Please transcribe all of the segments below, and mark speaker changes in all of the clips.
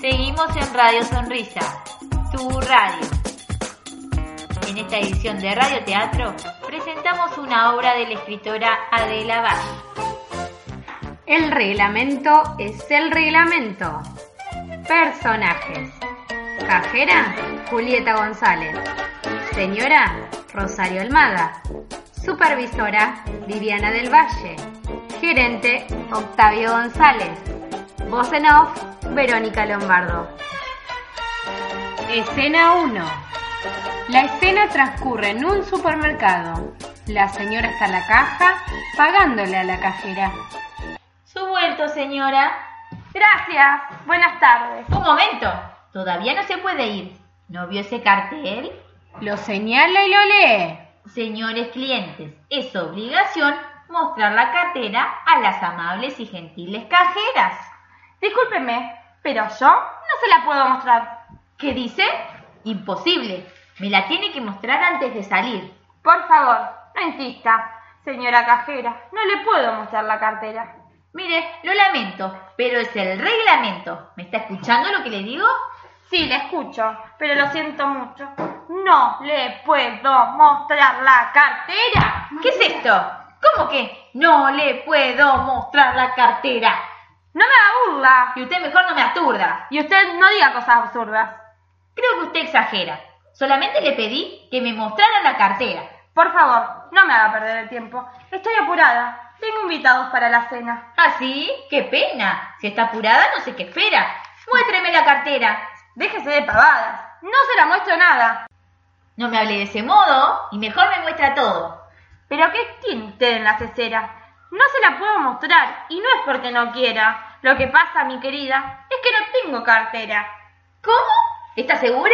Speaker 1: Seguimos en Radio Sonrisa, tu radio. En esta edición de Radio Teatro presentamos una obra de la escritora Adela Valle.
Speaker 2: El reglamento es el reglamento. Personajes. Cajera, Julieta González. Señora, Rosario Almada. Supervisora, Viviana del Valle. Gerente, Octavio González. Voz en off, Verónica Lombardo. Escena 1. La escena transcurre en un supermercado. La señora está en la caja pagándole a la cajera.
Speaker 1: Su vuelto, señora.
Speaker 2: Gracias, buenas tardes.
Speaker 1: Un momento, todavía no se puede ir. ¿No vio ese cartel?
Speaker 2: Lo señala y lo lee.
Speaker 1: Señores clientes, es obligación mostrar la cartera a las amables y gentiles cajeras.
Speaker 3: Discúlpeme, pero yo no se la puedo mostrar.
Speaker 1: ¿Qué dice? Imposible. Me la tiene que mostrar antes de salir.
Speaker 3: Por favor, no insista. Señora cajera, no le puedo mostrar la cartera.
Speaker 1: Mire, lo lamento, pero es el reglamento. ¿Me está escuchando lo que le digo?
Speaker 3: Sí, le escucho, pero lo siento mucho. No le puedo mostrar la cartera.
Speaker 1: ¿Qué es esto? ¿Cómo que no le puedo mostrar la cartera?
Speaker 3: No me burla.
Speaker 1: Y usted mejor no me aturda.
Speaker 3: Y usted no diga cosas absurdas.
Speaker 1: Creo que usted exagera. Solamente le pedí que me mostrara la cartera.
Speaker 3: Por favor, no me haga perder el tiempo. Estoy apurada. Tengo invitados para la cena.
Speaker 1: ¿Así? Ah, ¡Qué pena! Si está apurada, no sé qué espera. Muéstreme la cartera.
Speaker 3: Déjese de pavadas. No se la muestro nada.
Speaker 1: No me hable de ese modo y mejor me muestra todo.
Speaker 3: Pero qué tiene usted en la cesera. No se la puedo mostrar y no es porque no quiera. Lo que pasa, mi querida, es que no tengo cartera.
Speaker 1: ¿Cómo? ¿Está segura?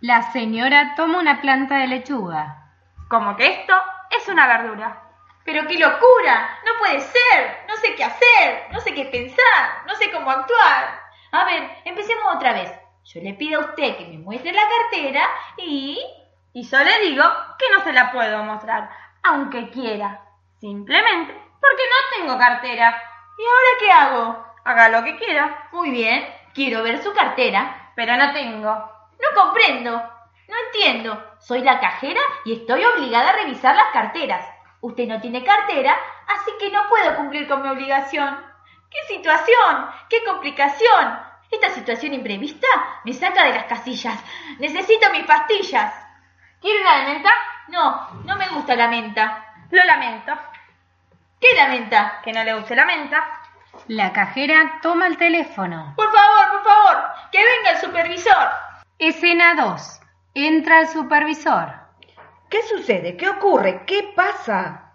Speaker 2: La señora toma una planta de lechuga.
Speaker 3: Como que esto es una verdura.
Speaker 1: Pero qué locura. No puede ser. No sé qué hacer. No sé qué pensar. No sé cómo actuar. A ver, empecemos otra vez. Yo le pido a usted que me muestre la cartera y...
Speaker 3: Y yo le digo que no se la puedo mostrar, aunque quiera. Simplemente porque no tengo cartera.
Speaker 1: ¿Y ahora qué hago?
Speaker 3: Haga lo que quiera,
Speaker 1: Muy bien. Quiero ver su cartera.
Speaker 3: pero no tengo.
Speaker 1: No comprendo. No entiendo. Soy la cajera y estoy obligada a revisar las carteras. Usted no tiene cartera, así que no puedo cumplir con mi obligación. ¡Qué situación! ¡Qué complicación! Esta situación imprevista me saca de las casillas. Necesito mis pastillas.
Speaker 3: ¿Quiere una de menta?
Speaker 1: No, no me gusta la menta.
Speaker 3: Lo lamento.
Speaker 1: ¿Qué es la menta?
Speaker 3: Que no le guste la menta.
Speaker 2: La cajera toma el teléfono.
Speaker 1: Por favor, por favor, que venga el supervisor.
Speaker 2: Escena 2. Entra el supervisor.
Speaker 4: ¿Qué sucede? ¿Qué ocurre? ¿Qué pasa?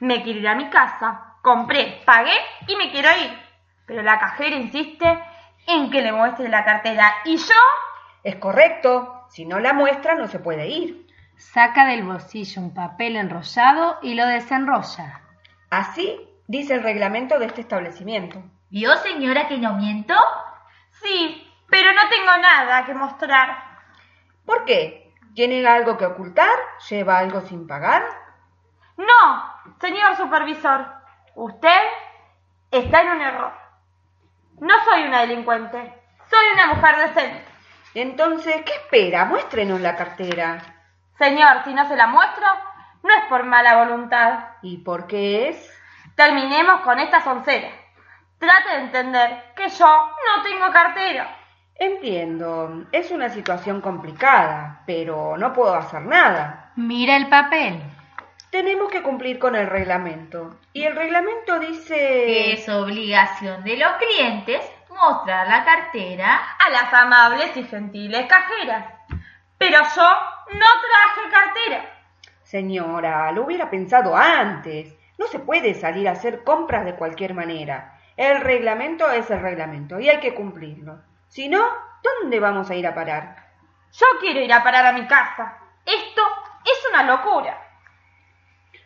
Speaker 3: Me quiero ir a mi casa. Compré, pagué y me quiero ir. Pero la cajera insiste en que le muestre la cartera y yo...
Speaker 4: Es correcto, si no la muestra no se puede ir.
Speaker 2: Saca del bolsillo un papel enrollado y lo desenrolla.
Speaker 4: Así dice el reglamento de este establecimiento.
Speaker 1: ¿Vio, señora, que no miento?
Speaker 3: Sí, pero no tengo nada que mostrar.
Speaker 4: ¿Por qué? ¿Tiene algo que ocultar? ¿Lleva algo sin pagar?
Speaker 3: No, señor supervisor. Usted está en un error. No soy una delincuente. Soy una mujer decente.
Speaker 4: Entonces, ¿qué espera? Muéstrenos la cartera.
Speaker 3: Señor, si no se la muestro, no es por mala voluntad.
Speaker 4: ¿Y por qué es?
Speaker 3: Terminemos con esta soncera. Trate de entender que yo no tengo cartera.
Speaker 4: Entiendo, es una situación complicada, pero no puedo hacer nada.
Speaker 2: Mira el papel.
Speaker 4: Tenemos que cumplir con el reglamento. Y el reglamento dice...
Speaker 1: Es obligación de los clientes mostrar la cartera.
Speaker 3: A las amables y gentiles cajeras. Pero yo no traje cartera.
Speaker 4: Señora, lo hubiera pensado antes. No se puede salir a hacer compras de cualquier manera. El reglamento es el reglamento y hay que cumplirlo. Si no, ¿dónde vamos a ir a parar?
Speaker 3: Yo quiero ir a parar a mi casa. Esto es una locura.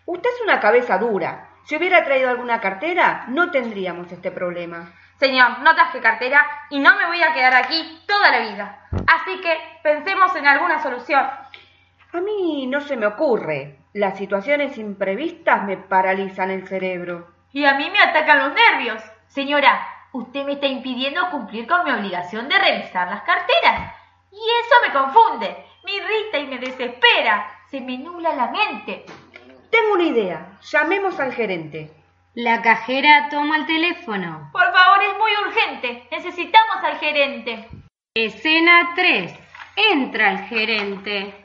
Speaker 4: Usted es una cabeza dura. Si hubiera traído alguna cartera, no tendríamos este problema.
Speaker 3: Señor, no traje cartera y no me voy a quedar aquí toda la vida. Así que pensemos en alguna solución.
Speaker 4: A mí no se me ocurre. Las situaciones imprevistas me paralizan el cerebro.
Speaker 1: Y a mí me atacan los nervios. Señora, usted me está impidiendo cumplir con mi obligación de revisar las carteras. Y eso me confunde, me irrita y me desespera. Se me nubla la mente.
Speaker 4: Tengo una idea. Llamemos al gerente.
Speaker 2: La cajera toma el teléfono.
Speaker 1: Por favor, es muy urgente. Necesitamos al gerente.
Speaker 2: Escena 3. Entra el gerente.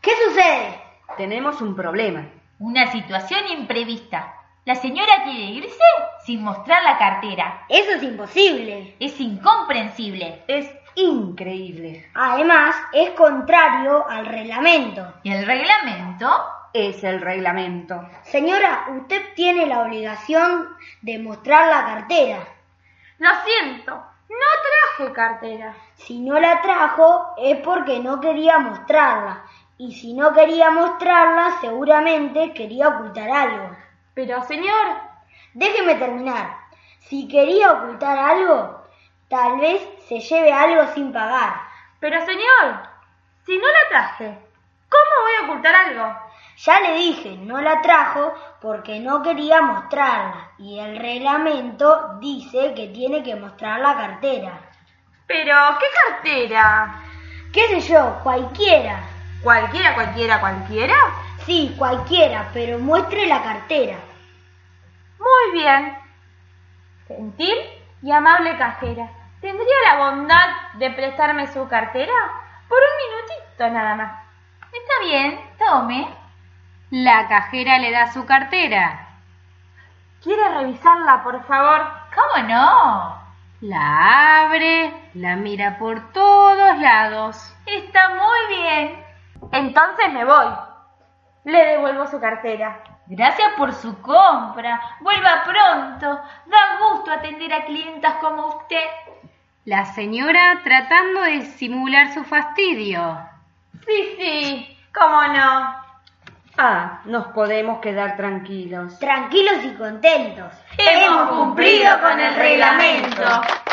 Speaker 5: ¿Qué sucede?
Speaker 4: Tenemos un problema.
Speaker 1: Una situación imprevista. La señora quiere irse sin mostrar la cartera.
Speaker 5: Eso es imposible.
Speaker 1: Es incomprensible.
Speaker 4: Es increíble.
Speaker 5: Además, es contrario al reglamento.
Speaker 1: ¿Y el reglamento?
Speaker 4: Es el reglamento.
Speaker 5: Señora, usted tiene la obligación de mostrar la cartera.
Speaker 3: Lo siento, no traje cartera.
Speaker 5: Si no la trajo, es porque no quería mostrarla. Y si no quería mostrarla, seguramente quería ocultar algo.
Speaker 3: Pero señor,
Speaker 5: Déjeme terminar. Si quería ocultar algo, tal vez se lleve algo sin pagar.
Speaker 3: pero señor, si no la traje, ¿cómo voy a ocultar algo?
Speaker 5: Ya le dije, no la trajo porque no quería mostrarla y el reglamento dice que tiene que mostrar la cartera.
Speaker 3: Pero, ¿qué cartera?
Speaker 5: ¿Qué sé yo? Cualquiera.
Speaker 3: ¿Cualquiera, cualquiera, cualquiera?
Speaker 5: Sí, cualquiera, pero muestre la cartera.
Speaker 3: Muy bien. Gentil y amable cajera, ¿tendría la bondad de prestarme su cartera? Por un minutito nada más.
Speaker 1: Está bien, tome.
Speaker 2: La cajera le da su cartera.
Speaker 3: ¿Quiere revisarla, por favor?
Speaker 1: ¿Cómo no?
Speaker 2: La abre, la mira por todos lados.
Speaker 1: Está muy bien.
Speaker 3: Entonces me voy. Le devuelvo su cartera.
Speaker 1: Gracias por su compra. Vuelva pronto. Da gusto atender a clientas como usted.
Speaker 2: La señora tratando de simular su fastidio.
Speaker 3: Sí, sí, cómo no.
Speaker 4: Ah, nos podemos quedar tranquilos.
Speaker 5: Tranquilos y contentos.
Speaker 1: Hemos cumplido con el reglamento.